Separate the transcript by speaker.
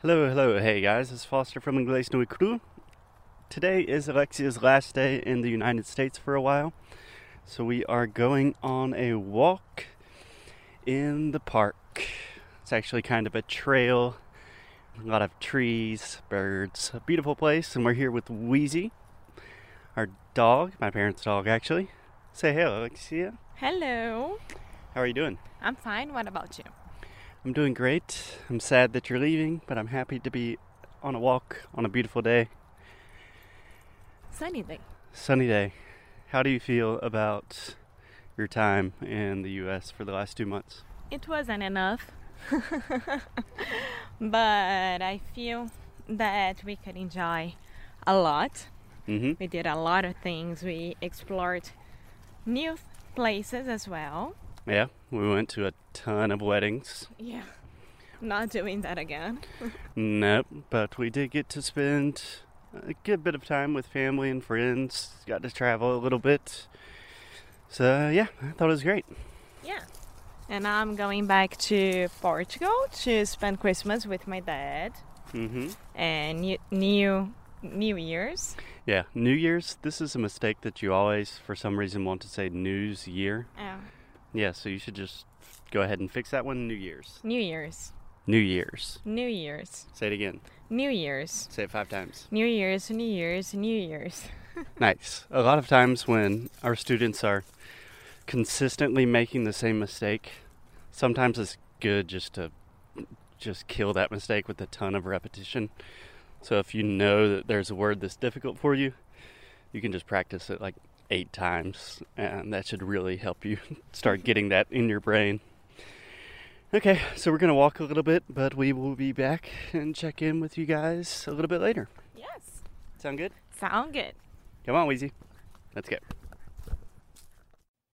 Speaker 1: Hello, hello, hey guys, it's Foster from Inglés No Cru. Today is Alexia's last day in the United States for a while, so we are going on a walk in the park. It's actually kind of a trail, a lot of trees, birds, a beautiful place, and we're here with Wheezy, our dog, my parents' dog actually. Say hey, Alexia.
Speaker 2: Hello.
Speaker 1: How are you doing?
Speaker 2: I'm fine. What about you?
Speaker 1: I'm doing great. I'm sad that you're leaving, but I'm happy to be on a walk on a beautiful day,
Speaker 2: Sunny day.
Speaker 1: sunny day. How do you feel about your time in the US for the last two months?
Speaker 2: It wasn't enough. but I feel that we could enjoy a lot.
Speaker 1: Mm
Speaker 2: We did a lot of things. We explored new places as well.
Speaker 1: hmm. Yeah, we went to a ton of weddings.
Speaker 2: Yeah. Not doing that again.
Speaker 1: Nope, but we did get to spend a good bit of time with family and friends. Got to travel a little bit. So, yeah, I thought it was great.
Speaker 2: Yeah. And I'm going back to Portugal to spend Christmas with my dad
Speaker 1: Mm hmm.
Speaker 2: and new new, new Year's.
Speaker 1: Yeah, New Year's, this is a mistake that you always, for some reason, want to say News Year.
Speaker 2: Oh,
Speaker 1: Yeah, so you should just go ahead and fix that one. New Year's.
Speaker 2: new Year's.
Speaker 1: New Year's.
Speaker 2: New Year's.
Speaker 1: Say it again.
Speaker 2: New Year's.
Speaker 1: Say it five times.
Speaker 2: New Year's, New Year's, New Year's.
Speaker 1: Nice. A lot of times when our students are consistently making the same mistake, sometimes it's good just to just kill that mistake with a ton of repetition. So if you know that there's a word that's difficult for you, you can just practice it like eight times, and that should really help you start getting that in your brain. Okay, so we're gonna walk a little bit, but we will be back and check in with you guys a little bit later.
Speaker 2: Yes.
Speaker 1: Sound good?
Speaker 2: Sound good.
Speaker 1: Come on, Wheezy. Let's go.